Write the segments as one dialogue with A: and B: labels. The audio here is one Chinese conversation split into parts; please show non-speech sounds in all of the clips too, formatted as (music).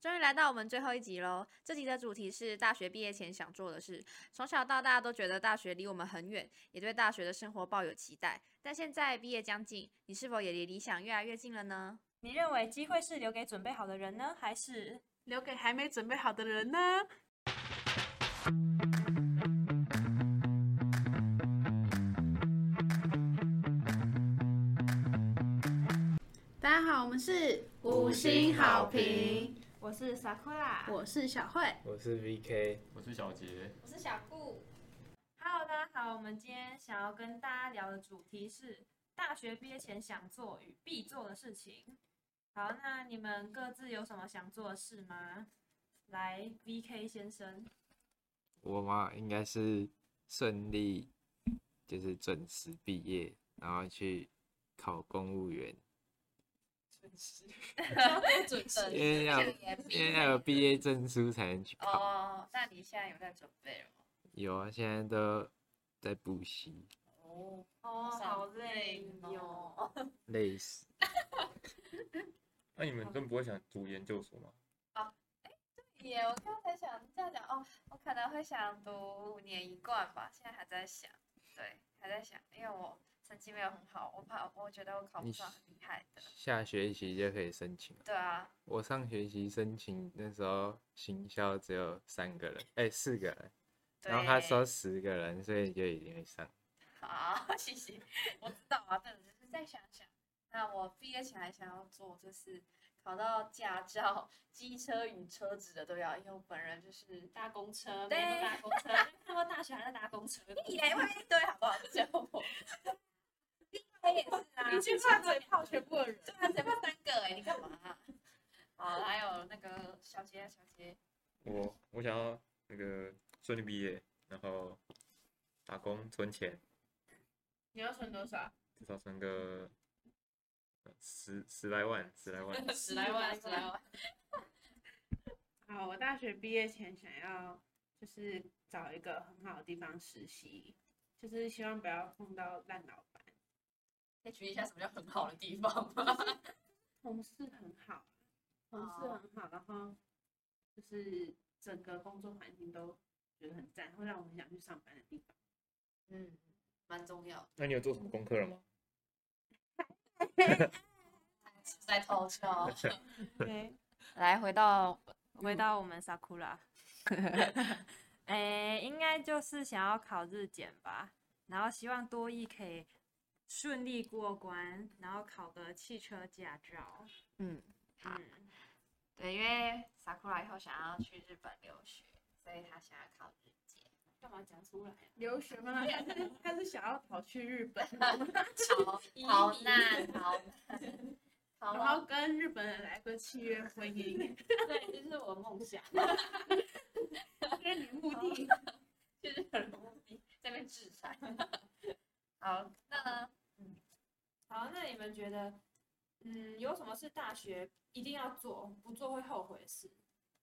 A: 终于来到我们最后一集喽！这集的主题是大学毕业前想做的事。从小到大都觉得大学离我们很远，也对大学的生活抱有期待。但现在毕业将近，你是否也离理想越来越近了呢？
B: 你认为机会是留给准备好的人呢，还是
C: 留给还没准备好的人呢？大家好，我们是
D: 五星好评，
B: 我是 Sakura？
C: 我是小慧。
D: 我是 VK，
E: 我是小杰，
A: 我是小顾。
B: Hello，大家好，我们今天想要跟大家聊的主题是大学毕业前想做与必做的事情。好，那你们各自有什么想做的事吗？来，VK 先生，
D: 我嘛应该是顺利，就是准时毕业，然后去考公务员，
A: 准
D: 因为要因为要有毕业证书才能去考。
A: 哦，那你现在有在准备了吗？
D: 有啊，现在都在补习，
A: 哦，
B: 哦，好
A: 好
B: 累
A: 累
B: 哟、
C: (laughs)
A: 哦
D: 累死。
E: 那你们真不会想读研究所吗？
A: 耶！我刚才想这样讲哦，我可能会想读五年一贯吧，现在还在想，对，还在想，因为我成绩没有很好，我怕我觉得我考不
D: 你
A: 上很厉害的。
D: 下学期就可以申请了。
A: 对啊，
D: 我上学期申请那时候行销只有三个人，哎、四个人，
A: 对。
D: 然后他收十个人，所以就一定会上。
A: 好， (laughs) 谢谢。我知道啊，但只是再想想。那我毕业前还想要做，就是考到驾照，机车与车子的都要，因为我本人就是
B: 搭公车，
A: 对
B: 每天都搭公车，他们大学还在搭公车，
A: 屁嘞，外面一堆好不好？叫 (laughs) 我。他也是啊，
C: 一句话嘴炮全部的人。
A: 对啊，只怕三个哎、你干嘛、好，还有那个小杰，啊小 (laughs) 杰，
E: 我我想要那个顺利毕业，然后打工存钱，
C: 你要存多少？
E: 至少存个呃十十来万，十来万。
A: 十来万，十来万。
C: 啊，我大学毕业前想要就是找一个很好的地方实习，就是希望不要碰到烂老板，
A: 再举例一下什么叫很好的地方吗？ (laughs)
C: 同事很好，同事
A: 哦
C: 很好，然后就是整个工作环境都觉得很赞，会让我很想去上班的地方。
A: 嗯，蛮重要的。
E: 那你有做什么功课了吗？
A: 是不是在偷笑？
B: 对，
A: (laughs) 来，回到
B: 回到我们 Sakura，哎、应该就是想要考日检吧，然后希望多益可以顺利过关，然后考个汽车驾照。
A: 嗯，好
B: 嗯，
A: 对，因为 Sakura 以后想要去日本留学，所以他想要考日检。 (laughs)
C: 干嘛讲出来、留学吗？他是 (laughs) 他是想要跑去日 (laughs) 本，
A: 逃逃难，逃难， (laughs) 逃
C: 然
A: 到
C: 后跟日本人来个契约婚姻，
B: (laughs) 对，这是我的梦想。哦
C: 这是你
A: (laughs)
C: 目的。
A: 去日本的目的，在那边制裁。好，那
B: 好，那你们觉得，嗯，有什么是大学一定要做，不做会后悔的事？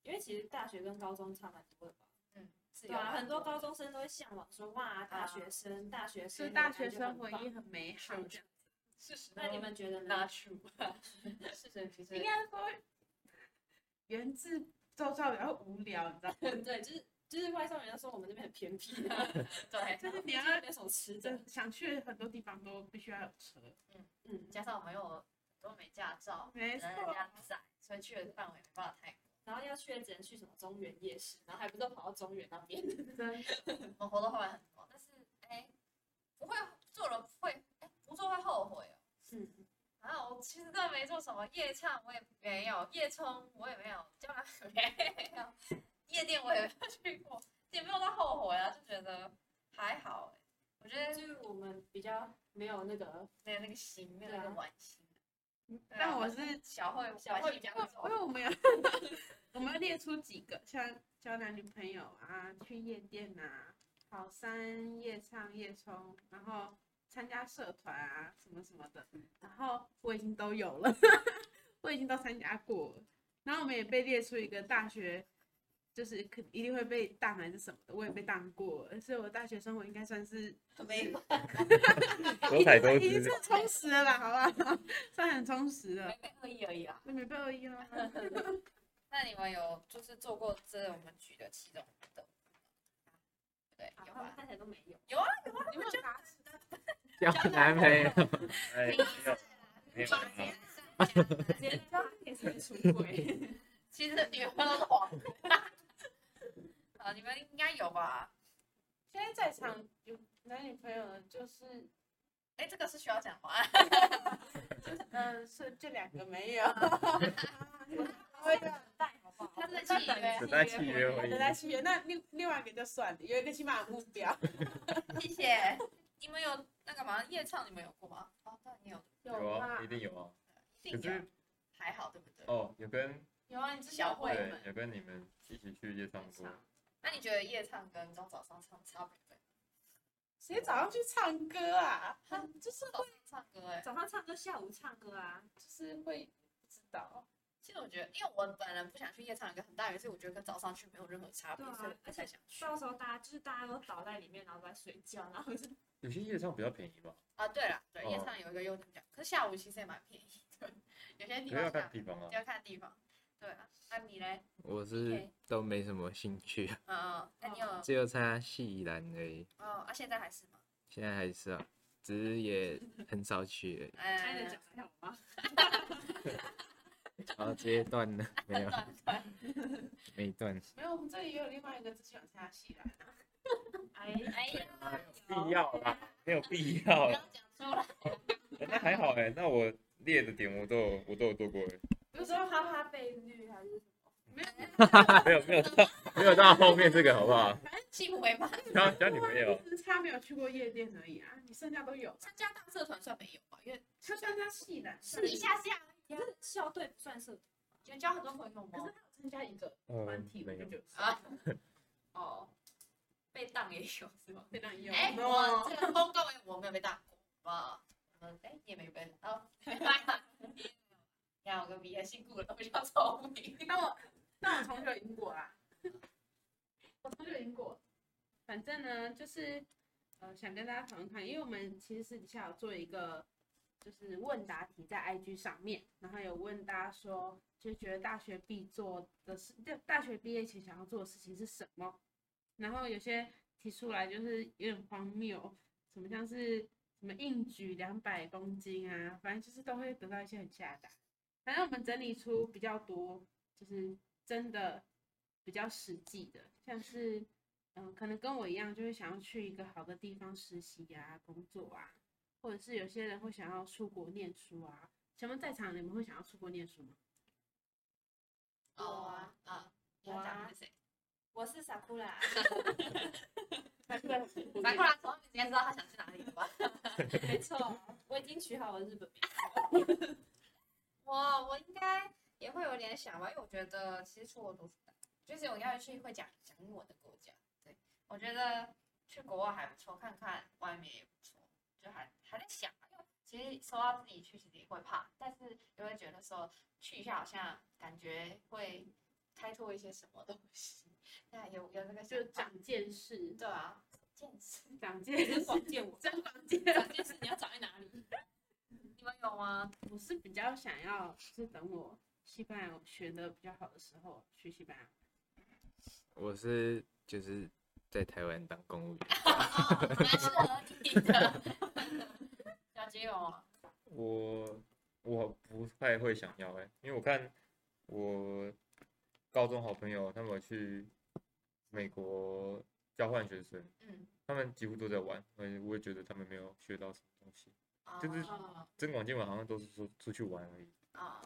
B: 因为其实大学跟高中差蛮多的吧？
A: 嗯，自
B: 对
A: 由
B: 啊，
A: 吧
B: 很多高中生都会向往说，哇，大学生，大学
C: 是
B: 生，
C: 大学生回
B: 感觉
C: 忆
B: 很棒。
C: 很美好的，
A: 事实
B: 那你们觉得呢
A: 拿？出，事实其实
C: 应该说源自周遭比较无聊，你知道吗？
B: 对，就是就是外送人家说我们这边很偏 (laughs) 僻啊，
A: 对，
C: 就是你要
B: 那种吃的，
C: 真想去很多地方都必须要有车，
B: 嗯，
A: 加上我们又都没驾照，
C: 没
A: 只能人家载，所以去的范围没办法太广。
B: 然后要去的只能去什么中原夜市，然后还不知道跑到中原那边。 (laughs) 嗯
C: 真
A: 我们活动范围很多，但是哎，不会做了会哎不做会后悔哦。
B: 嗯，
A: 然后我其实真的没做什么，夜唱我也没有，夜冲我也没有，交友 (laughs) 没有，夜店我也没有去过，也没有到后悔啊，就觉得还好哎、我觉得
B: 就是我们比较没有那个，
A: 没有那个心，没有
B: 对
A: 那
B: 啊
A: 个玩心。对啊
C: 但我是
A: 小慧，
B: 小慧
A: 玩心
B: 比
A: 比
B: 较
A: 较
C: 因
A: 重，
C: 为我们有我们要列出几个，像交男女朋友啊，去夜店啊，跑山、夜唱、夜冲，然后参加社团啊，什么什么的。然后我已经都有了， (laughs) 我已经都参加过了。然后我们也被列出一个大学，就是肯一定会被当还是什么的，我也被当过了，所以我大学生活应该算是
A: 没
E: 多彩多
C: 已经
E: 姿
C: (laughs) 算充实了啦，好 (laughs) 吧，算很充实了，
A: 没恶意而已啊。
C: (laughs) 那没被恶意哦。
A: 那你们们有就是做过这我们举的其中的部分，对不对，
B: 啊
A: 有
B: 他们
A: 吧？
B: 看起来都没有。
C: 你们有打死的
F: 交男朋友，
D: (laughs) 哎，
A: (laughs)
D: 没有
A: 转
D: 没有，
C: 连他也是出轨，
A: 其实 (laughs) 你们都懂。啊，你们应该有吧？
C: 现在在场有男女朋友的，就是
A: 哎，这个是需要讲吗？
C: 嗯，是这两个没有。
B: 我
C: (laughs)
B: 也带好不好？
A: 他是在契约
D: 等待契约而
C: 等待
D: 已。
C: 契约，那另另外一个就算了，有一个起码有目标。
A: 谢谢。你们有那个吗？夜唱你们有过吗？哦，那你有，
D: 有啊，一定有啊。
A: 一
D: 可
A: 定有
D: 是，
A: 还好对不对？
D: 哦，有跟
C: 有啊，你是
A: 小慧
D: 对，有跟你们一起去夜唱过。
A: 那你觉得夜唱跟中早上唱差别在哪？
C: 谁早上去唱歌啊？他就是
A: 早上唱歌哎、
B: 早上唱歌，下午唱歌啊。
C: 就是会不知道，
A: 其实我觉得，因为我本人不想去夜唱，有一个很大原因是我觉得跟早上去没有任何差别，
B: 对啊
A: 所以我不太想去。
B: 到时候大家就是大家都倒在里面，然后都在睡觉，然后就
D: 有些夜唱比较便宜吧，
A: 啊，对了，对，
D: 哦
A: 夜唱有一个优点讲，可是下午其实也蛮便宜的， (laughs) 有些地
D: 可是要
A: 方
D: 看
A: 下
D: 地方
A: 就
D: 啊。
A: 要看地方。对啊，那你嘞？
F: 我是
A: OK
F: 都没什么兴趣，
A: 嗯嗯，那你有
B: 啊
F: 只有参加戏篮而已。
A: 哦？啊，现在还是吗？
F: 现在还是啊，只是也很少去而已，
B: 开着
A: 哎
B: 讲，一下好吗？
D: 哦
F: 然后直接断了，没有，
A: 断断。
F: 没断。
C: 没有，我们这里也有另外一个只喜欢参加戏啦。
B: 哎呀，
A: 哎呀，
D: 必要啦，没有必要啦
A: 不要。讲出来。
D: 哎那还好哎，那我列的点我都有，我都有做过哎，
C: 比如说
B: 哈
C: 他
B: 哈被绿还是
D: 欸没有没有到没有到后面这个好不好？
A: 幸福
D: (laughs)
A: 为马，
D: 交交女朋友，
C: 只是他没有去过夜店而已啊，你剩下都有。
A: 参加大社团算没有吧？因为
C: 他参加戏啦，
A: 试一下下，
B: 可是校队不算社团，
A: 你们交很多朋友
C: 可
A: 吗
C: 是？他有参加一个团
D: 嗯，
C: 体，我
D: 没
C: 就
D: 有。
C: 觉得
A: 啊，哦，被当也有是吗？
C: 非常有。啊
A: 哎、我这个公告我没有被当过，好不好？嗯，哎、你也没被哦， (laughs) 没办法。你看我跟 B 辛苦了，都比较聪明。
C: 那我那我同学有赢过啦，我同学有赢过。反正呢，就是呃，想跟大家讨论看，因为我们其实私底下有做一个就是问答题在 IG 上面，然后有问大家说，就觉得大学必做的事，就大学毕业前想要做的事情是什么？然后有些提出来就是有点荒谬，什么像是什么硬举两百公斤啊，反正就是都会得到一些很吓的。反正我们整理出比较多就是真的比较实际的，像是嗯、呃可能跟我一样，就会想要去一个好的地方实习啊、工作啊，或者是有些人会想要出国念书啊。请问在场你们会想要出国念书吗？
A: 哦啊啊！你要讲的是谁？
B: 我是傻哭
A: (laughs)
B: 啦，
A: 反过来，从你应该知道他想去哪里了吧？
B: 没
A: 哦
B: 错，我已经取好了日本名。
A: 我我应该也会有点想吧，因为我觉得其实出国读书，就是我要去会讲讲英文的国家。对，我觉得去国外还不错，看看外面也不错，就还还在想啊。因为其实说到自己去，其实也会怕，但是又会觉得说去一下好像感觉会开拓一些什么东西。那有有那个
C: 就
A: 想法，
C: 长见识，
A: 对啊，见识， (laughs)
C: 长见识，
B: 广见我，
C: 增广见
B: 这件事你要长在哪里？
A: (laughs) 你们有吗？
C: (laughs) 我是比较想要，就是等我西班牙语学的比较好的时候去西班牙。
F: 我是就是在台湾当公务员，
A: 蛮适合你的。小杰有吗？
D: 我我不太会想要哎、因为我看我高中好朋友他们有去美国交换学生，
A: 嗯，
D: 他们几乎都在玩，我也我也觉得他们没有学到什么东西。就是
A: 啊
D: 增广见闻好像都是说出去玩而已。
A: 啊，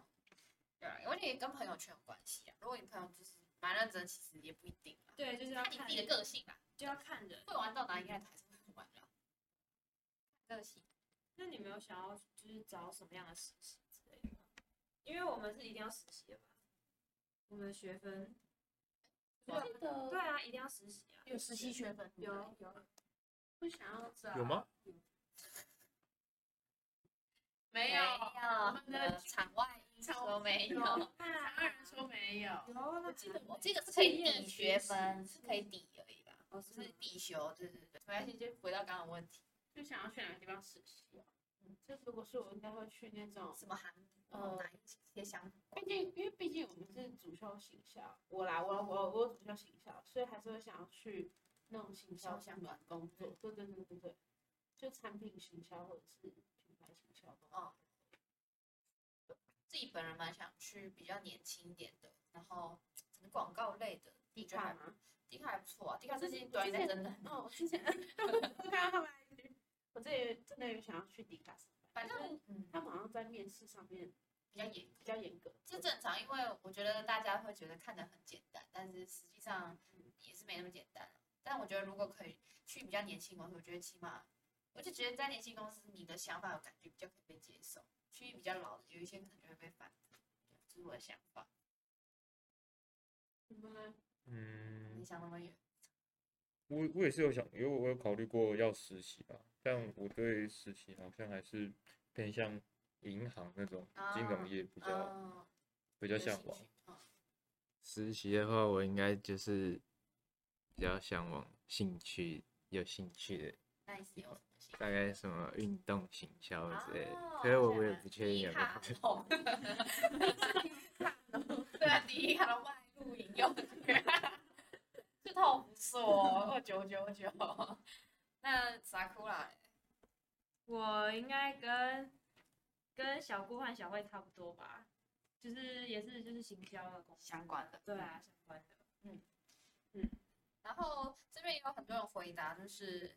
A: 对啊，我觉得也跟朋友圈有关系啊。如果你朋友就是蛮认真，其实也不一定啊啦，
B: 对，就是要
A: 看你
B: 看
A: 自己的个性吧。
B: 就要看人。
A: 会玩到哪应该还是会玩的啊，个性。
B: 那你们有想要就是找什么样的实习之类的吗？因为我们是一定要实习的吧？我们的学分，
A: 我
C: 记得
B: 对啊，一定要实习啊。
A: 有实习学分，
B: 有
A: 有
B: 有，
C: 会想要找
D: 有？吗？
C: 没有，我们
A: 呃
C: 的
A: 场外因
C: 场
A: 说没有。
C: 台湾人说没有。
B: 有，那
A: 我记得我记得是可以抵学分，是可以抵而已吧，
B: 哦
A: 就是是
B: 吗
A: 必修，对对对。没关系，就回到刚刚的问题，
C: 嗯就想要去哪个地方实习、啊。就如果是我，应该会去那种
A: 什么韩语往
C: 呃
A: 哪，一些想法？
C: 毕竟因为毕竟我们是主修行销，我啦，我我我有主修行销，所以还是会想要去那种行销相关工作，对对对对对，就产品行销或者是品牌行销工作。
A: 哦自己本人蛮想去比较年轻一点的，然后可能广告类的，
C: 你
A: 地卡
C: 看
A: 还
C: 吗？
A: 地卡还不错啊，地卡最近
C: 之
A: 短
C: 前
A: 的真的很，
C: 哦，我之前我 (laughs) 看到他们 IG，我这里真的有想要去迪卡上班，
A: 反
C: 但是
A: 正嗯
C: 他们好像在面试上面
A: 比较严
C: 比较严格，
A: 这正常，因为我觉得大家会觉得看着很简单，但是实际上也是没那么简单。但我觉得如果可以去比较年轻公司，我觉得起码，我就觉得在年轻公司，你的想法我感觉比较可以被接受。去比较老的，有一些可能就会被反对，这是我的想法。
C: 你们呢？
D: 嗯
A: 你，想那么远，
D: 我我也是有想，因为我有考虑过要实习吧，但我对实习好像还是偏向银行那种金融业比较、
A: 嗯，
D: 比较
A: 有
D: 向
A: 兴
D: 往。
A: 趣嗯
G: 实习的话，我应该就是比较向往兴趣有兴趣的，
A: 那你是有什么兴趣？
G: 大概什么运动行销之类的。
A: 哦
G: 可是我
A: 这
G: 我也
A: 样
G: 不确定有没有。
A: 迪卡侬对啊，迪卡侬卖露营用具，这套不错，哦二九九九。那萨库拉，
B: 我应该跟跟小顾和小慧差不多吧，就是也是就是行销的工作
A: 相关的嗯
B: 对啊，相关的。
A: 然后这边也有很多人回答，就是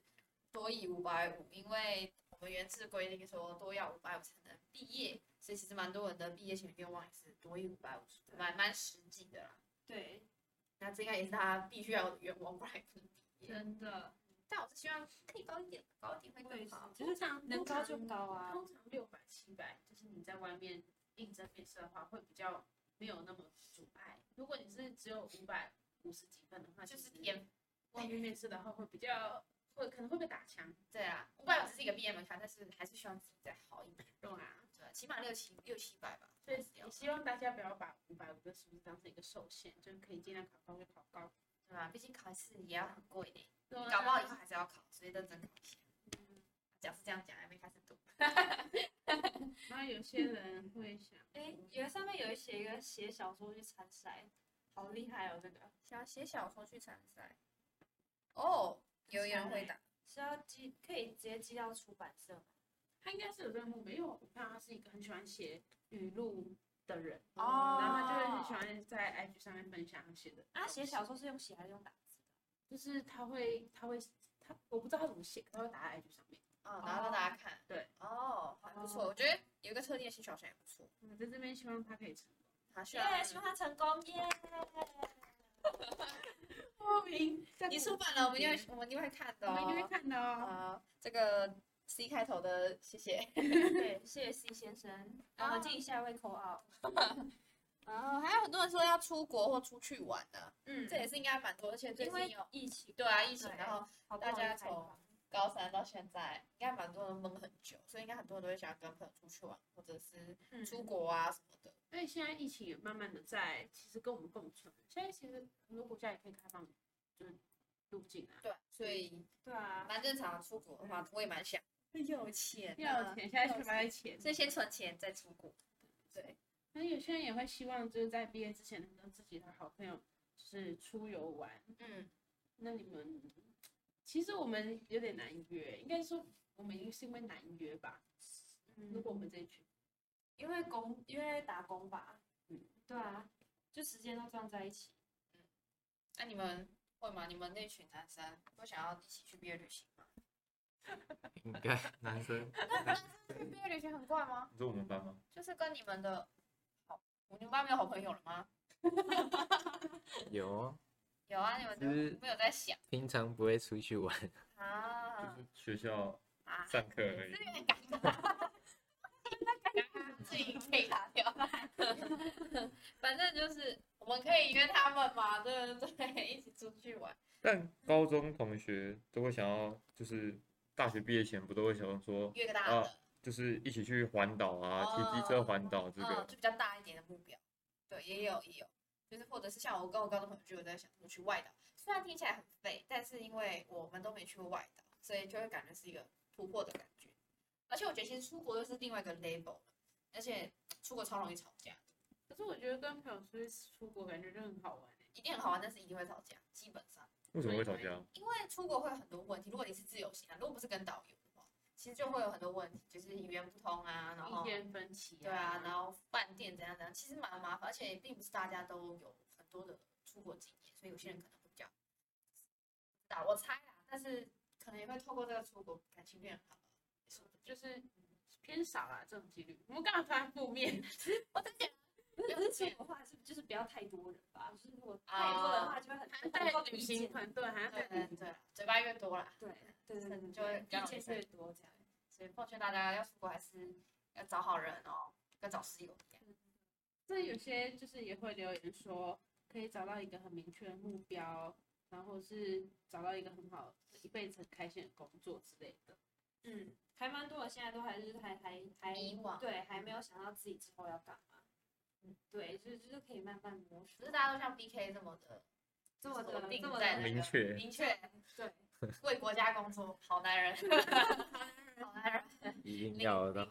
A: 多益五百五，因为我们原制规定说多要五百五才能毕业，所以其实蛮多人的毕业前的愿望也是多益五百五，蛮蛮实际的啦。
B: 对，
A: 那这应该也是他必须要的愿望，不然也不能毕业。嗯
B: 真的
A: 但我是希望可以高一点，高一点会更好。
C: 通常
B: 能高就高啊。
C: 通常六百七百，就是你在外面应征面试的话，会比较没有那么阻碍。如果你是只有五百五十几分的话，
A: 就是
C: 天，
A: 天，
C: 外面面试的话会比较会可能会被打枪，
A: 对啊，五百五是一个毕业门槛，但是还是希望自己再好一点，
C: 懂啦。
A: 对啊，起码六七六七百吧。啊
C: 所以也希望大家不要把五百五的数字当成一个受限，就是可以尽量考高就考高。
A: 对啊吧？毕竟考试也要很贵的，
C: 对啊
A: 搞不好以后还是要考，所以认真考一下。嗯讲是这样讲，还没开始读。
C: 然后有些人会想，
A: 嗯
B: 哎，有上面有写一个写小说去参赛，好厉害哦！这个
A: 想写小说去参赛，哦，有人会答，
B: 是要寄可以直接寄到出版社吗？
C: 他应该是有任务，没有我看他是一个很喜欢写语录的人，
A: 哦
C: 然后他就会很喜欢在 IG 上面分享他写的。
B: 啊，写小说是用写还是用打字？
C: 就是他会，他会，他我不知道他怎么写，他会打在 IG 上面。
A: 嗯，然后让大家看。
C: 对，
A: 哦，还不错，我觉得有一个特定的新小说也不错。
C: 我嗯在这边希望他可以成功。
A: 好，希望
B: 耶，希望他成功
A: (laughs)
B: 耶！
C: 莫 (laughs) 名，
A: (laughs) 你出版了，我们一定会，我们一定会看的
C: 我们一定会
A: 哦。
C: 看的哦。
A: 啊，这个 C 开头的，谢谢。
B: 对，谢谢 C 先生。然后
A: 哦
B: 我们进下一位口号。
A: 然后呃还有很多人说要出国或出去玩呢、
B: 嗯
A: 这也是应该蛮多，而且最
B: 因
A: 近
B: 为
A: 有
B: 疫情，
A: 对啊疫情，
B: 对
A: 然后
B: 好不
A: 大
B: 容易
A: 家
B: 开
A: 从
B: 放
A: 高三到现在，应该蛮多人闷很久，所以应该很多人都会想要跟朋友出去玩，或者是
B: 嗯
A: 出国啊什么的。
C: 所以现在疫情也慢慢的在，其实跟我们共存。现在其实很多国家也可以开放，就是入境啊。
A: 对，所以
B: 对啊，
A: 蛮正常。出国的话，我也蛮想有钱啊、
C: 要钱，现在缺乏钱。
A: 所以先存钱再出国。对，
C: 那有些人也会希望，就是在毕业之前能跟自己的好朋友就是出游玩。
A: 嗯，
C: 那你们其实我们有点难约，应该说我们是因为难约吧。
A: 嗯
C: 如果我们这一群。
B: 因为工，因为打工吧，
C: 嗯，
B: 对啊，就时间都撞在一起。
A: 那你们会吗？你们那群男生会想要一起去毕业旅行吗？
G: (laughs) 应
D: (laughs)
G: 该男生
A: 去毕业旅行很怪吗？
D: 你说我们班吗？
A: 就是跟你们的好，你们班没有好朋友了吗？
G: (laughs) 有啊，
A: 有啊，你们就
G: 嗯
A: 没有在想
G: 平常不会出去玩。
A: 啊
D: 就是学校
A: 啊，
D: 上课而
A: (laughs)
D: 已。
A: 自己可以卡掉。 (laughs) 反正就是我们可以约他们嘛，对不对？一起出去玩。
D: 但高中同学都会想要，就是大学毕业前不都会想要说，
A: 约个大
D: 啊
A: 的，，
D: 就是一起去环岛啊，骑机
A: 哦
D: 车环岛这
A: 嗯，
D: 个。嗯
A: 就比较大一点的目标。对，也有也有，就是或者是像我跟我高中同学就有在想说去外岛，虽然听起来很废，但是因为我们都没去过外岛，所以就会感觉是一个突破的感觉。而且我觉得其实出国又是另外一个 level，了而且出国超容易吵架，
C: 可是我觉得跟朋友出去出国感觉就很好玩欸、
A: 一定很好玩，但是一定会吵架，基本上。
D: 为什么会吵架？
A: 因为出国会有很多问题，如果你是自由行啊，如果不是跟导游的话，其实就会有很多问题，就是语言不通啊，然后
C: 意见分歧、
A: 对啊，然后饭店怎样怎样，其实蛮麻烦，而且并不是大家都有很多的出国经验，所以有些人可能会比较，不知道我猜啦，但是可能也会透过这个出国感情变好。
C: 就是偏少啦这种几率。我们干嘛突然负
A: (laughs)
C: 面？
A: 我在讲，
B: 不是，
A: 了
B: 不是
A: 解
B: 出国的话，是不是就是不要太多人吧？
A: 啊
B: 就是如果太多人的话，就会很
C: 还
B: 很
C: 带
B: 多
C: 旅行团队，还要带
A: 啊对
C: 旅
A: 对对，嘴巴越多啦，
B: 对对对对，
A: 就会比较
B: 意
A: 容易
B: 见越多这样。
A: 所以奉劝大家要出国还是要找好人哦，跟找室友一样。
C: 这有些就是也会留言说，可以找到一个很明确的目标，然后是找到一个很好一辈子很开心的工作之类的。
B: 嗯，还蛮多人现在都还是还还还
A: 迷惘
B: 对，还没有想到自己之后要干嘛。嗯，对，就是就是可以慢慢摸
A: 不
B: 索
A: 是，大家都像 B K 这么的
B: 这么的
A: 锁定
B: 这么
A: 在
B: 的
A: 那个
D: 明确
A: 明确
B: 对，
A: 为国家工作，好男 (laughs) 人，好男人。
H: 一定要
G: 啊
H: 的。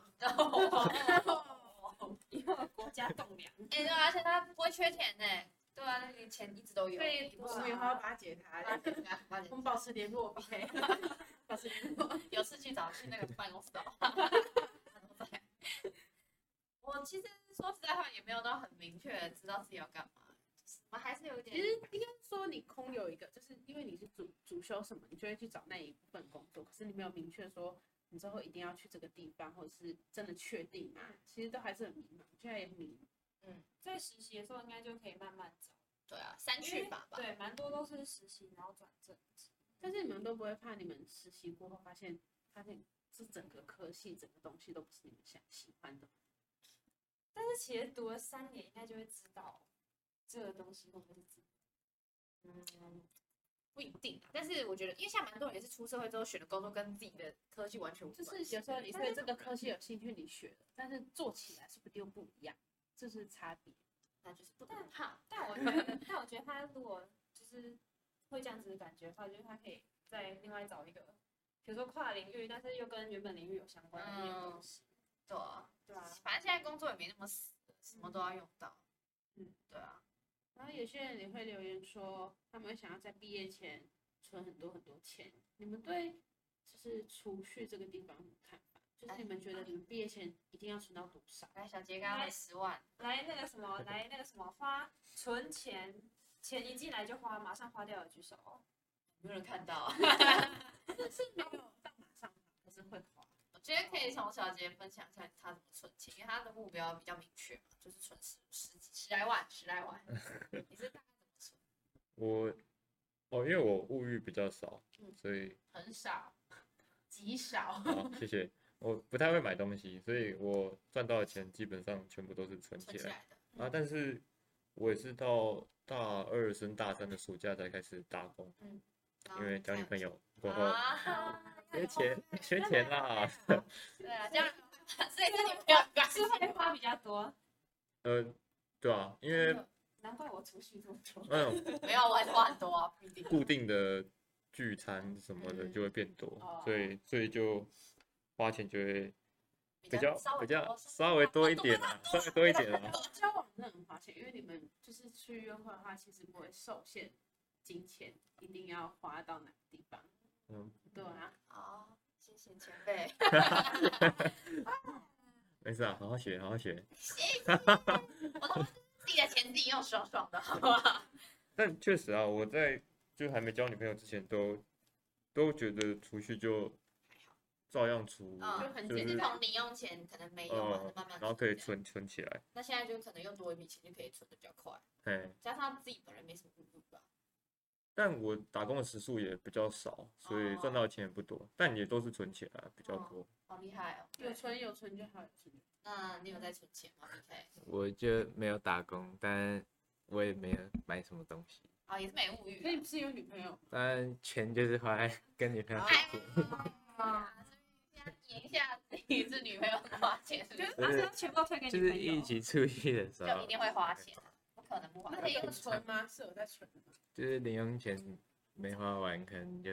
B: 以后国家栋梁。
A: 哎、对啊，而且他不会缺钱呢、啊对啊，那个钱一直都有。
C: 所以我们以后要巴结 (laughs) 他，
A: 八点啊八
C: 我
A: 点
C: 们保持联
A: (laughs)
C: 络，OK？保持联络。
A: 有事去找去那个办公室哦找。 (laughs) 我其实说实在话，也没有到很明确地知道自己要干嘛，就是我还是有一
C: 其
A: 点。
C: 实应该说你空有一个，就是因为你是主主修什么，你就会去找那一部分工作，可是你没有明确说你之后一定要去这个地方，或者是真的确定嘛，其实都还是很迷茫，现在也很迷茫。
B: 在实习的时候应该就可以慢慢找，
A: 对啊，三 (laughs) 去法吧。
B: 对，蛮多都是实习然后转正职。
C: 但是你们都不会怕你们实习过后发现，发现这整个科系、整个东西都不是你们想喜欢的。
B: 但是其实读了三年，应该就会知道这个东西会不会是自己
A: 嗯，不一定啊。但是我觉得，因为现在蛮多人也是出社会之后选的工作跟自己的科技完全无
C: 就
A: 关。
C: 是有时候你对这个科系有兴趣，你学了，但是做起来是不是又不一样？这是差别。
A: 那就是不能怕。
B: 但我觉得，但我觉得他如果就是会这样子的感觉的话，就是他可以再另外找一个，比如说跨领域，但是又跟原本领域有相关的一些东西，
A: 对啊，
B: 对啊，
A: 反正现在工作也没那么死，什么都要用到。
C: 嗯，
A: 对啊，
C: 然后有些人也会留言说，他们想要在毕业前存很多很多钱。你们对就是储蓄这个地方有什么看法？就是你们觉得你们毕业前一定要存到多少？
A: 来小杰刚刚十万，
B: 来那个什么，来那个什么花存钱，钱一进来就花，马上花掉了，举手。
A: 有没有人看到？
C: 这是没有到马上花，可是会花。
A: 我觉得可以从小杰分享一下他怎么存钱，因为他的目标比较明确嘛，就是存十十几十来万，十来
D: (laughs)
A: 万。你是大概怎么存？
D: 我哦，因为我物欲比较少
A: 嗯，
D: 所以
A: 很少，极少。
D: 好，谢谢。我不太会买东西，所以我赚到的钱基本上全部都是存
A: 存
D: 起
A: 起
D: 来
A: 来嗯的，
D: 啊。但是我也是到大二升大三的暑假才开始打工，
A: 然后
D: 因为交女
A: 再
D: 啊朋友过后
A: 啊，
D: 缺钱，缺钱啦。
A: 对啊，这样，所以是你不要管。
B: 是会花比较多，
D: 呃，对啊，因为
B: 难怪我储蓄这么
D: (laughs)
B: 多。
D: 那种
A: 没有，我还是花很多啊，不一定。
D: 固定的聚餐什么的
A: 嗯
D: 就会变多，
C: 哦
D: 所以所以就花钱就会比较
A: 稍微
D: 比较
A: 多
D: 稍微多一点
A: (laughs)
D: 啦，稍微多一点啦。
C: 交往真的很花钱，因为你们就是去约会的话，其实不会受限金钱，一定要花到哪个地方。
D: 嗯，
C: 对啊，
A: 好，哦谢谢前
D: (laughs)
A: 辈。
D: 没事啊，好好学，好好学。
A: 我都自己的钱自己用，爽爽的，好不好？
D: 但确实啊，我在就还没交女朋友之前都都觉得储蓄就照样储，
A: 嗯
C: 就很
D: 就
A: 就是是从零用钱可能没有啊，
D: 嗯
A: 慢慢
D: 然后可以
A: 这样。
D: 存存起来。
A: 那现在就可能又多一笔钱，就可以存的比较快，
D: 哎，
A: 加上自己本人没什么物欲吧。
D: 但我打工的时数也比较少，所以赚到的钱也不多，但也都是存起来啊比较
A: 哦
D: 多。
A: 好厉害哦！
C: 有存有存就好，有存就好。
A: 那你有在存钱吗？OK，
H: 我就没有打工，但我也没有买什么东西，
A: 啊，也是没物欲
C: 可。你不是有女朋友？
H: 但钱就是花在跟女朋友
A: 哎
H: 上面。
A: 呀，所以现在赢一下自己是女朋友的花
C: (laughs)
A: 钱，是不是
B: 把钱啊全部推给
H: 就
B: 你
H: 是
B: 朋
H: 一
B: 友，
H: 起出去的
D: 啊
H: 时
A: 就一
H: 候，
A: 定会花钱，不可能不花
C: 那
A: 钱。
C: 你有存吗？是有在存的吗？
H: 就是零用钱没花完，可能就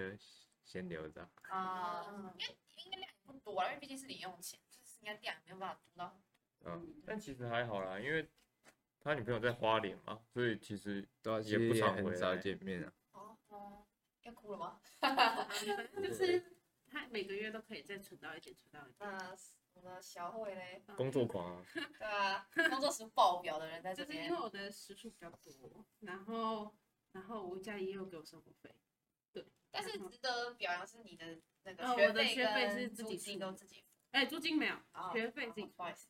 H: 先留着。
A: 啊
C: 嗯
A: 啊，因为应该量也不多啦，因为毕竟是零用钱，就是应该量也没有办法多到很多。
D: 对吧
C: 嗯？
D: 但其实还好啦，因为他女朋友在花莲嘛，所以其实
H: 对啊，其实
D: 不
H: 也
D: 常
H: 很
D: 回
H: 少
D: 来
H: 见面啊。
A: 哦哦，要哭了吗？
C: 反正就是他每个月都可以再存到一点，存到一点。
A: 那我们的小慧嘞，
C: 嗯
D: 工作狂啊，
A: 对啊，
C: (laughs)
A: 工作时爆表的人在这
C: 就是因为
A: 边，
C: 我的时数比较多，然后然后我家也有给我生活费，
A: 但是值得表扬是你的那个
C: 哦我的
A: 费
C: 学费
A: 跟
C: 是自
A: 租
C: 己
A: 金
C: 付
A: 都自己付。
C: 哎，租金没有，
A: 哦
C: 学费自己
A: 哦不好意思，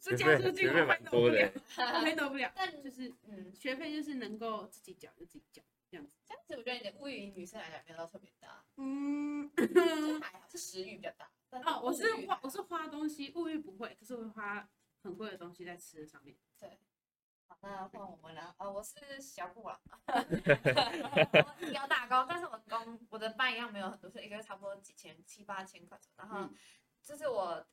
C: 这
H: (laughs)
C: 家
D: 学费
C: 租金
D: 学
C: 我
D: 费
C: 挥
D: 蛮
C: 动不
D: 多的
C: 了
D: 欸，，
C: 我挥动不了。
A: 但
C: 就是
A: 嗯，
C: 学费就是能够自己缴就自己缴这样子。
A: 这样子我觉得你的物欲女生来讲没有到特别大，
C: 嗯，
A: 就还好，是食欲比较大。但
C: (laughs) 哦，我是
A: 物欲还
C: 花
A: 好
C: 我是花东西，物欲不会，可是我会花很贵的东西在吃上面。
A: 好那换我们了，呃，我是小布
C: (laughs)
A: 啊，我比较大高，但是我工我的班一样没有很多，是一个月差不多几千七八千块左右。然后
C: 嗯
A: 就是我，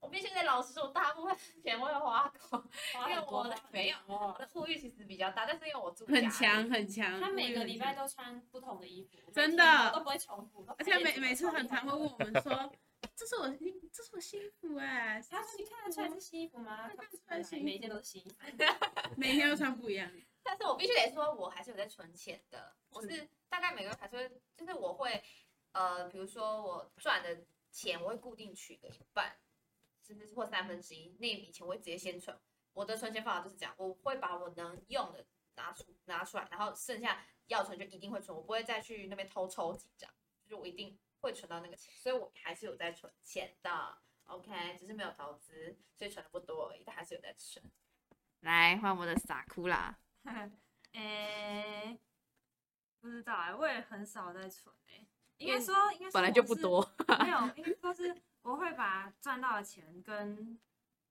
A: 我必须得老实说，我大部分钱我有花光，
B: 花
A: 因为
B: 很多
A: 我的没有，我
C: 哦，
A: 的物欲其实比较大，但是因为我住
C: 很
A: 家
C: 强
A: 里，
C: 很强。
B: 他每
C: 物欲
B: 个
C: 很
B: 礼拜
C: 强，
B: 都穿不同的衣服，
C: 真
B: 每天
C: 的
B: 都不会重复，
C: 而且每每次很常
B: 常
C: 会问我们说，这是我新这是我新衣服哎，
B: 他说你看得出来是新衣服吗？
C: 看得
B: 不
C: 出来是嗯新衣服
B: 每天都是新衣服。
C: 啊每天都穿不一样。
A: 但是我必须得说，我还是有在存钱的。我是大概每个月还是会，就是我会，呃，比如说我赚的钱，我会固定取个一半，甚至是或三分之一那一笔钱，我会直接先存。我的存钱方法就是这样，我会把我能用的拿出拿出来，然后剩下要存就一定会存，我不会再去那边偷抽几张，就是我一定会存到那个钱，所以我还是有在存钱的。OK，只是没有投资，所以存的不多而已，但还是有在存。来换我的傻哭啦。
B: 诶、不知道哎、我也很少在存哎、应该说，应该说
I: 本来
B: 我
I: 就不
B: 是
I: 多，
B: 没有，应该说是我会把赚到的钱跟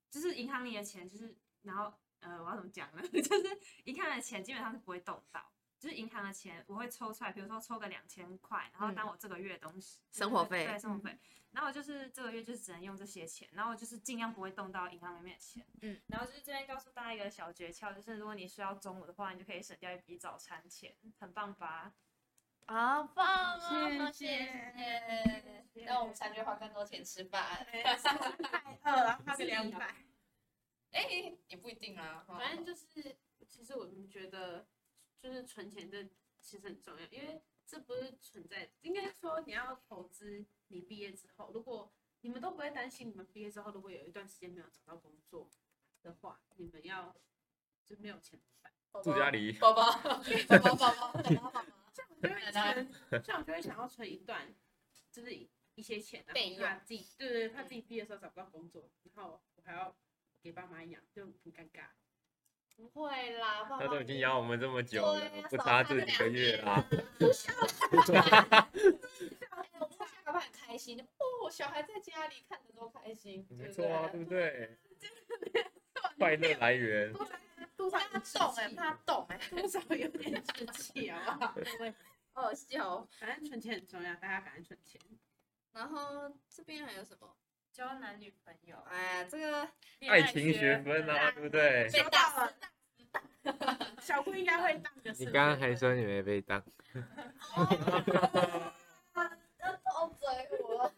B: 就是银行里的钱，就是然后呃，我要怎么讲呢？ (laughs) 就是银行的钱基本上是不会动到，就是银行的钱我会抽出来，比如说抽个两千块，然后当我这个月的东西、
I: 嗯生活费嗯
B: 对生活费，然后我就是这个月就只能用这些钱，然后我就是尽量不会动到银行里面的钱。
I: 嗯，
B: 然后就是这边告诉大家一个小诀窍，就是如果你需要中午的话，你就可以省掉一笔早餐钱，很棒吧？
I: 好棒啊！
C: 谢
A: 耶！那哦我们才会花更多钱吃饭。
C: 哎三百二，然后花个两百。
A: 哎，也不一定啊。哈
C: 反正就是，其实我们觉得，就是存钱这其实很重要，因为这不是存在，应该说你要投资你毕业之后，如果你们都不会担心你们毕业之后如果有一段时间没有找到工作的话，你们要就没有钱怎么办？
D: 住家里，
A: 宝宝，宝宝，宝宝，宝宝，宝宝，
C: 这样我就会 (laughs) 存，这样我就会想要存一段，就是一一些钱，然
A: 备
C: 后
A: 用
C: 怕自己，对对，对怕自己毕业的时候找不到工作，然后我还要给爸妈养，就很尴尬。
A: 不会啦，爸
D: 他
A: 爸
D: 都已经养我们这么久了
A: 对啊，
D: 不差这几个月啦。。
A: 哎我们下个班很开心哦，小孩在家里看着多开心，对
D: 没
A: 不
D: 错啊，
A: 对
D: 对？不
A: (laughs)
D: 对？快乐来源，
C: 多少多少
A: 怕他动哎，
C: 有点
A: 怕他动哎，
C: 多少有点稚气，好不好？
A: 好笑。
C: (laughs) 反正存钱很重要，大家赶快存钱。
A: 然后这边还有什么？
B: 交男女朋友，啊
A: 哎呀，这个 (laughs)
B: 恋
D: 爱
B: 爱
D: 情学分啊，对不对？
A: 被打了。
C: 小姑应该会当个。
H: 你刚刚还说你没被当，
A: 要偷嘴我，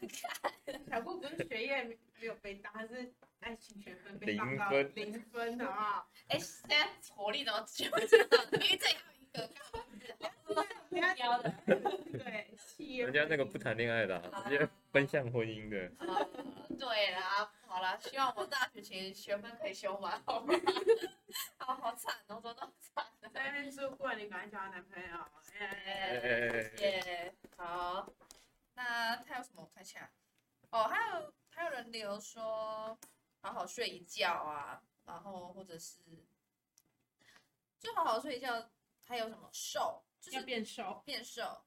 C: 小姑不是学业没有被当，她是爱情学分被
D: 零
C: 当到
D: 分
C: 零分的啊！
A: 哎、现在活力怎么就知道？因为这样一个，
C: 不要
B: 标的，
C: 对，企业
D: 人家那个不谈恋爱的啊，直接奔向婚姻的。
A: 呃， (laughs) 对啦，好啦，希望我大学前学分可以修完，好吗？好好惨哦，真的好惨哦。
C: 在那边住过，你赶快交男朋友。哎
D: 哎哎哎哎
A: 耶，好，那还有什么？我看一下，哦，还有还有人留说，好好睡一觉啊，然后或者是就好好睡一觉，还有什么瘦，就
C: 要
A: 是
C: 变瘦，
A: 变瘦。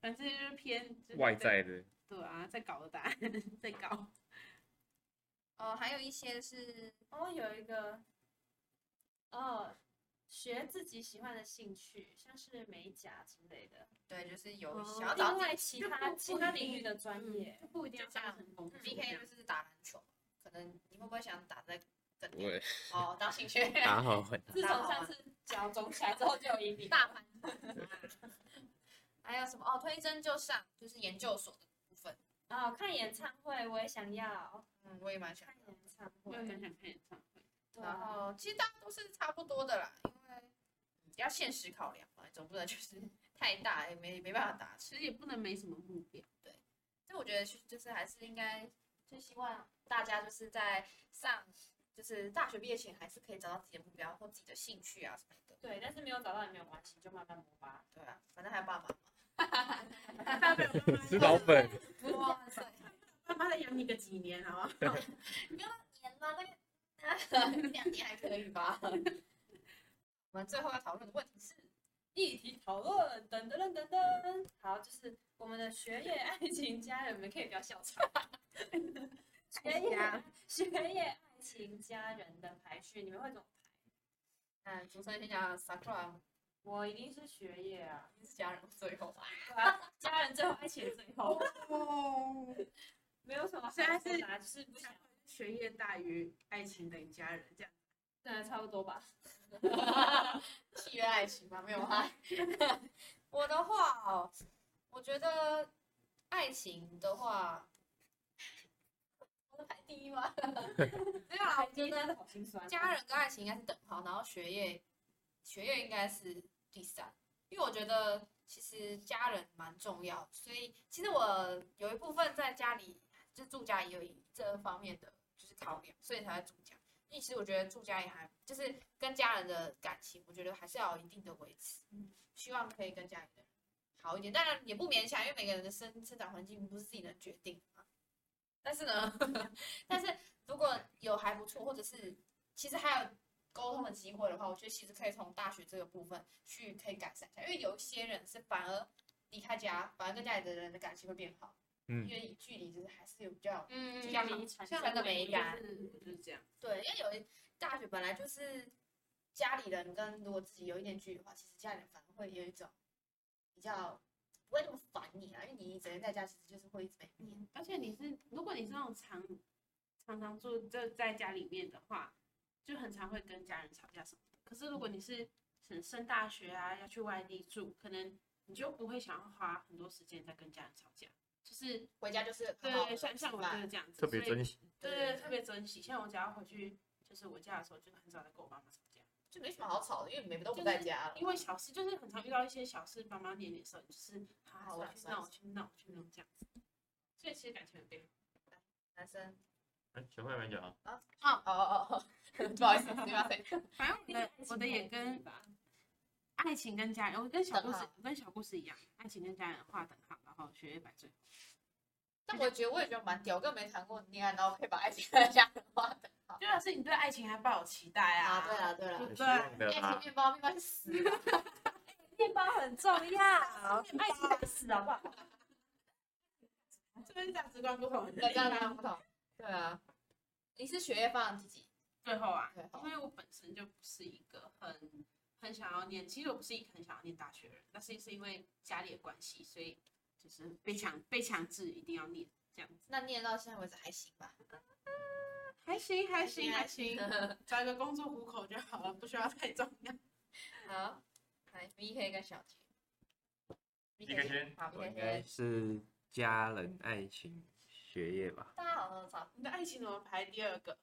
C: 反正就是偏就是
D: 外在的，
C: 对啊，在搞的答案， (laughs) 在搞。
A: 哦，还有一些是
B: 哦，有一个，哦，学自己喜欢的兴趣，像是美甲之类的，
A: 对，就是有
C: 哦
A: 想要找
B: 另
A: 自
B: 外
A: 己
B: 其
C: 就
B: 他
C: 不
B: 其
C: 不
B: 他
C: 一
B: 领域
C: 定
B: 的专业，
C: 就不一定要
A: 就这样
C: 当成工作。
A: B K 就是打篮球，可能你会不会想打在跟
H: 我也
A: 哦当兴趣？ (laughs)
H: 打好混。
B: 自
A: 打
B: 从
A: 好
B: 上
A: 啊
B: 次脚肿起来之后就有 (laughs) 阴影。
A: 大反转还有什么哦？推甄就上，就是研究所的部分。
B: 哦，看演唱会我也想要，
A: 嗯，我也蛮想
B: 看
A: 要。
B: 演唱会，
C: 我
A: 会
C: 也。很想看演唱会。
A: 然后其实大家都是差不多的啦，因为嗯要现实考量嘛，总不能就是 (laughs) 太大也没没办法达
C: 其
A: 成。
C: 实也不能没什么目标，
A: 所以我觉得就是还是应该，就希望大家就是在上就是大学毕业前，还是可以找到自己的目标或自己的兴趣啊什么的。
B: 对，但是没有找到也没有关系，就慢慢磨吧。
A: 对啊，反正还有爸妈嘛。
D: 吃老本，
A: 哇塞，
C: 爸妈再养你个几年，好吗？
A: 不要年了， (laughs) 那个两年还可以吧。我们最后要讨论的问题是，
B: 议题讨论，等等等等等。好，就是我们的学业、爱情、家人，你们可以不要笑场。学业、学业、爱情、家人的排序，你们会怎么？
A: 嗯，主持人先讲 Sakura
B: 我一定是学业啊，
A: 一定是家人最后吧。
B: 对啊，家人最后，爱情最后，
C: 哦，
B: 没有什么好
C: 现在
B: 复
C: 是
B: 杂，就是不想，
C: (laughs) 学业大于爱情等于家人，这样
B: 对，差不多吧。
A: 契约爱情吗？没 (laughs) 有爱。我的话哦，我觉得爱情的话，我是排第一吗？ (laughs) 没有啦，我觉
B: 真的
A: 得
B: 好心酸。
A: 家人跟爱情应该是等号，然后学业，学业应该是第三，因为我觉得其实家人蛮重要，所以其实我有一部分在家里就住家也有一这方面的就是考量，所以才会住家。因为其实我觉得住家也还就是跟家人的感情，我觉得还是要有一定的维持，希望可以跟家里的人好一点，当然也不勉强，因为每个人的生生长环境不是自己能决定的嘛。但是呢， (laughs) 但是如果有还不错，或者是其实还有沟通的机会的话，我觉得其实可以从大学这个部分去可以改善一下，因为有一些人是反而离开家，反而跟家里的人的感情会变好，因
H: 嗯，
A: 为距离就是还是有比较
C: 嗯
A: 就像
B: 像
A: 那个美感，
C: 就是我就是这样。
A: 对，因为有一大学本来就是家里人跟如果自己有一点距离的话，其实家里人反而会有一种比较不会那么烦你啊，因为你整天在家其实就是会一直被黏。
C: 而且你是，如果你是那种常常常住在在家里面的话，就很常会跟家人吵架什么的。可是如果你是想升大学啊，要去外地住，可能你就不会想要花很多时间在跟家人吵架。就是
A: 回家就是很好
C: 对，
A: 的
C: 像像我就
A: 吃饭
C: 是这样子，
D: 特别
C: 所以
D: 珍惜。
C: 对
A: 对
C: 对，特别珍惜。像我只要回去，就是我家的时候，就很少在跟我妈妈吵架，
A: 就没什么好吵的，因为你们都不
C: 就
A: 在
C: 是
A: 家了。
C: 因为小事就是很常遇到一些小事，妈妈黏你的时候，你就是好好我
A: 算了
C: 去弄，
A: 算嗯了
C: 我去弄，我去弄这样子。所以其实感情很变好。
A: 男生
D: 哎，小慧没讲啊，
A: 哦哦 (laughs) 哦，不好意思，不好意思，
C: 反正我的我的也跟爱情跟家人，我跟小故
A: 等
C: 事
A: 号
C: 我跟小故事一样，爱情跟家人画等号，然后学业摆最后。
A: 但我觉得我也觉得蛮屌，我根本没谈过恋爱，然后可以把爱情跟家人画等号。
C: 就表示你对爱情还抱有期待
A: 啊，对了对了，
D: 很希望的
A: 爱情
D: 啦。
A: 面包面包
B: 面
A: 去死吧， (laughs)
B: 包很重要，爱情打死好不好？
C: 这边价值观不同的
A: 大
C: 地
A: 家大家
C: 方。
A: 不同。对啊，你是学业放自己，
C: 最后啊，
A: 对
C: 因为我本身就不是一个很很想要念，其实我不是一个很想要念大学的人，但是是因为家里的关系，所以就是被强被强制一定要念这样子。
A: 那念到现在为止还行吧？
C: 还行还
A: 行
C: 行
A: 还
C: 还行， (laughs) 找一个工作糊口就好了，不需要太重要。 (laughs)
A: 好，来 V K 跟小杰
D: 一个先
A: 好
H: 我
A: ，V
H: 应
A: K
H: 该
A: 先。
H: 是家人、爱情、学业吧。
A: 大家好像差不多，
C: 你的爱情怎么排第二个？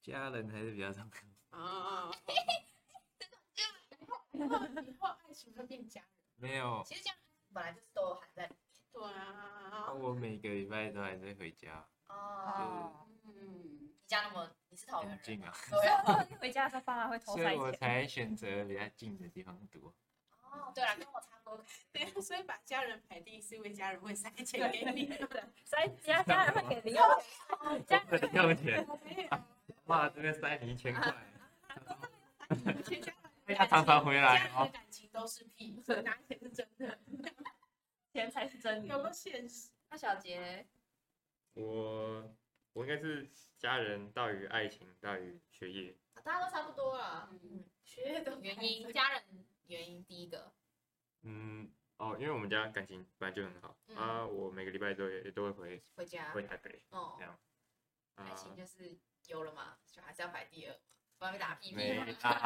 H: 家人还是比较重要。
C: 哦， (laughs) 以后爱情会变家人。
H: 没有，
A: 其实这样本来就是都有含在里
C: 对啊，
H: 我每个礼拜都还是回家，
A: 哦。
C: 嗯，
A: 你家那么你是桃园
H: 很
A: 人
H: 近
A: 吗，
H: 啊，
A: 对 (laughs) 啊。
B: 一回家的时候，爸妈会偷
H: 所
B: 塞
H: 以我
B: 钱。
H: 才选择比较近的地方读。
A: 哦，对了，跟我差不多。
C: 对啊，所以把家人排第一是因为家人会塞钱给 (laughs) 你。
B: 所以家家人会给零用钱，家人
H: 零用钱， (laughs) 哇，这边塞你一千块，哎他常常回来
C: 家人的
H: 哦。
C: 感情都是屁，拿钱是真的，
B: 钱才是真理
C: 有。个现实。
A: 那小杰，
D: 我我应该是家人大于爱情大于学业，
A: 啊大家都差不多啦。嗯，
C: 学业都
A: 原因家人原因第一个，
D: 嗯，哦，因为我们家感情本来就很好、
A: 嗯
D: 啊，我每个礼拜都也也都会回
A: 回家
D: 回台北
A: 哦
D: 这，样啊
A: 爱，情就是有了嘛，就还是要排第二嘛，不然被打屁
H: 没
A: 屁嘛。
D: 啊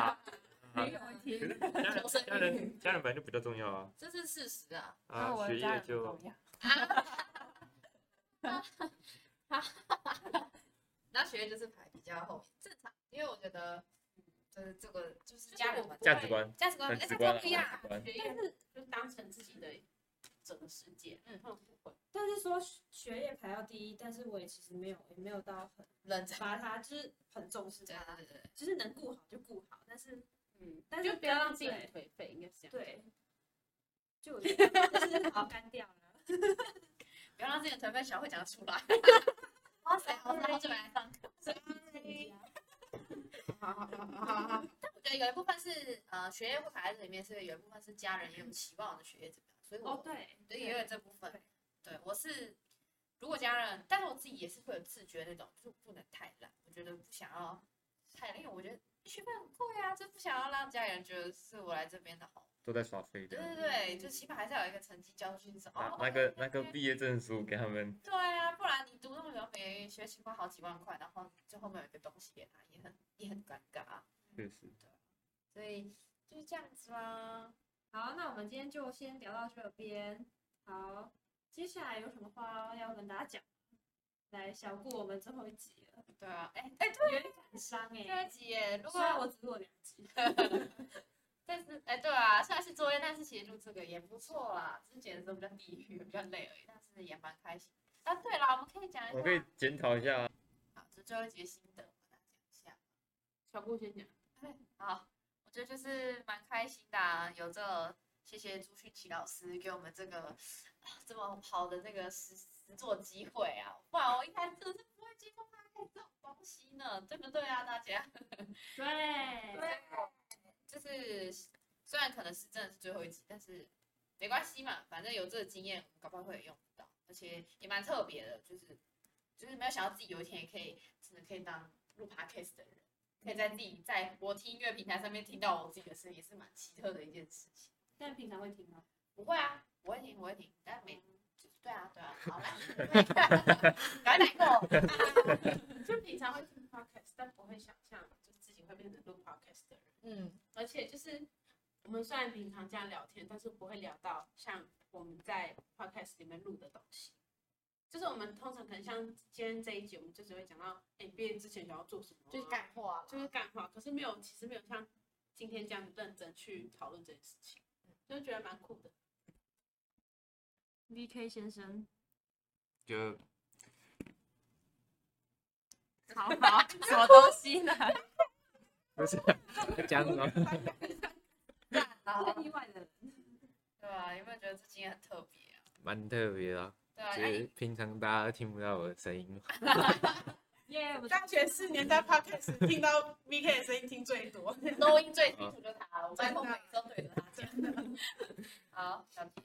H: 啦，
B: (laughs) 没有问题
D: 可，是家人
A: 求生欲
D: 家人家人本来就比较重要啊
A: 这是事实啊。
B: 然后
D: 啊，
B: 我
D: 学
B: 的家
D: 业
B: 人
D: 就
B: 不一样。
A: 然后学业就是排比较后面，正常，因为我觉得，嗯就是这个就是
B: 是
A: 家人
B: 我
A: 嘛，
B: 不
D: 价
B: 会
D: 值观，
A: 价值观，
D: 很
A: 哎，
D: 直
A: 这
D: 观啊
A: 观不一样啊。
D: 很直观
A: 学业
C: 就当成自己的整个世界，嗯，不会。
B: 但是说学学业排到第一，但是我也其实没有，也没有到很
A: 认真，
B: 把它就是很重视
A: 对
B: 它，
A: 啊对对，
B: 就是能顾好就顾好，但是
C: 嗯，
B: 但
C: 就是不要让
B: 跟
C: 自己
B: 对
C: 颓废，应该是这样。
B: 对，就我觉得就是 (laughs) 好干掉了。
A: 不要让自己的成分小会讲 (laughs) 出来。哇塞，好塞，好久没来上课。
C: 好好好好好好，
A: 但我觉得有一部分是呃学业会排在这里面，是有一部分是家人也有期望我的学业怎么样，所以我
B: 哦，对，
A: 对，也有这部分
B: 对。
A: 对，我是如果家人，但是我自己也是会有自觉那种，就是不能太烂。我觉得不想要太烂，因为我觉得学费很贵啊，就不想要让家里人觉得是我来这边的好。
D: 都在耍废
A: 对
D: 的。
A: 对对，就起码还是要有一个成绩交出去，是
D: 拿
A: 哦，
D: 那个那个
A: 对
D: 毕业证书给他们，
A: 对啊，不然你读那么久，每学期花好几万块，然后最后面有一个东西给他，也很也很尴尬啊。
D: 确实
A: 所以就是这样子啦。
B: 好，那我们今天就先聊到这边。好，接下来有什么话要跟大家讲？来，小顾，我们最后一集了，
A: 对啊，哎哎，
B: 有点感伤
A: 这
B: 哎、
A: 一集耶，如
B: 虽
A: 果
B: 然我只录了两集，
A: 但是，哎、对啊，虽然是作业，但是其实录这个也不错啦。之前的时候比较地狱，比较累而已，但是也蛮开心。啊，对了，我们可以讲一下，
D: 我可以检讨一下，
A: 好，这最后一集心得，我来讲一下。
C: 小顾先讲。
A: 好，我觉得就是蛮开心的、啊，有这谢谢朱旭奇老师给我们这个、啊这么好的这个实实作机会啊，不然我一开始真的是不会接触拍这种东西呢，对不对啊，大家？
B: 对，
A: 就是虽然可能是真的是最后一集，但是没关系嘛，反正有这个经验，搞不好会有用到，而且也蛮特别的，就是就是没有想到自己有一天也可以真的可以当录 podcast 的人，可以在自己在我听音乐平台上面听到我自己的声音，也是蛮奇特的一件事情。
B: 但平常会听吗？
A: 不会啊，我会听，我会听，但每就是对啊，对啊，好 (laughs) 来，来来过，
C: 就平常会听 podcast，但不会想象就自己会变成录 podcast 的人。
A: 嗯，
C: 而且就是我们虽然平常这样聊天，但是不会聊到像我们在 podcast 里面录的东西。就是我们通常可能像今天这一集，我们就只会讲到，哎、毕业之前想要做什么啊、
A: 就是干话啦，
C: 就是干话，可是没有，其实没有像今天这样认真去讨论这件事情，就觉得蛮酷的。
B: VK 先生，
D: (laughs)
H: 就
B: 好好，什么东西呢？
H: 不是讲什么？
A: 啊
B: 意外的人，
A: (laughs) 对啊，有没有觉得这经验很特别啊？
H: 蛮特别
A: (laughs)
H: 的啊，
A: 对啊，
H: 就
A: 那你
H: 是平常大家都听不到我的声音嘛。
B: 耶、我
C: 大学四年在 podcast 听到 VK 的声音听最 (laughs) 多，
A: 录音最清楚就是他了，我麦克
C: 真的
A: 风每周对着他讲。好，小姐，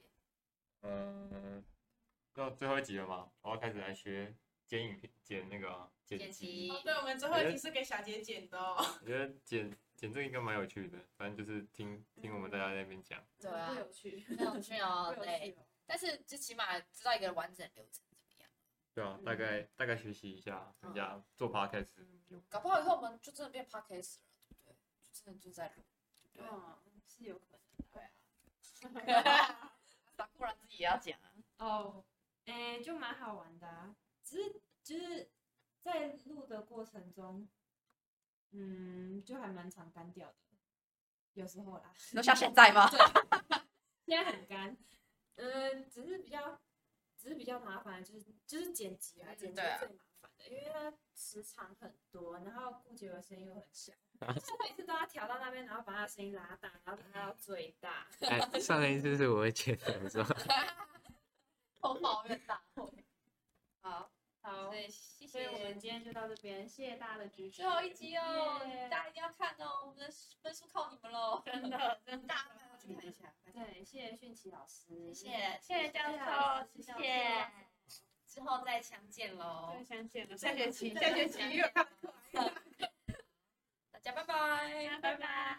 D: 嗯， (laughs) 到最后一集了嘛，我要开始来学剪影片、剪那个啊
A: 剪
D: 剪辑。
A: 辑
C: (laughs) 对，我们最后一集是给小杰剪的哦。
D: 我觉得剪剪这个应该蛮有趣的，反正就是听听我们大家在那边讲，
A: 对啊
C: 不，有趣，
A: 很有趣哦，
C: 不有
A: 对
C: 趣，哦。
A: 但是就起码知道一个完整流程怎么样，
D: 对啊，大
A: 嗯
D: 概大概学习一下人家做 podcast 用。
A: 搞不好以后我们就真的变 podcast 了，对不对？就真的就在录，对不
B: 哦，是有可能。
A: 对？把固然自己也要讲啊，
B: 哦，诶、就蛮好玩的、啊，只是就是在录的过程中，嗯，就还蛮常干掉的，有时候啦， (laughs)
A: 都像现在吗？
B: 现在很干，嗯，只是比较，只是比较麻烦，就是就是剪辑啊，
A: 嗯
B: 剪辑
A: 对啊
B: 最麻烦的，因为它时长很多，然后顾杰的声音又很
A: (laughs)
B: 小，就是每次都要调到那边，然后把他的声音拉大，然后拉到最大，
A: 嗯
H: 哎，上一次是我剪的，我说
A: 头抱怨大会。好，
B: 好
A: 所。以谢
B: 所以我
A: 谢
B: 们。今天就到这边，谢谢大家的支持。
A: 最后一集哦
B: 耶，
A: 大家一定要看哦，我们的分数靠你们喽！
B: 真的，真
A: 大家快去看一下，快去看
B: 对，谢谢迅奇老师，
A: 谢谢，
B: 谢
A: 谢
B: 谢
A: 谢
B: 教
A: 教
B: 授
A: 授，
B: 谢
A: 谢
B: 谢
A: 谢，之后再相见喽
C: 对，，相见了。下学期，
A: 对
C: 下学期又看
A: 大家拜拜，
B: 拜拜。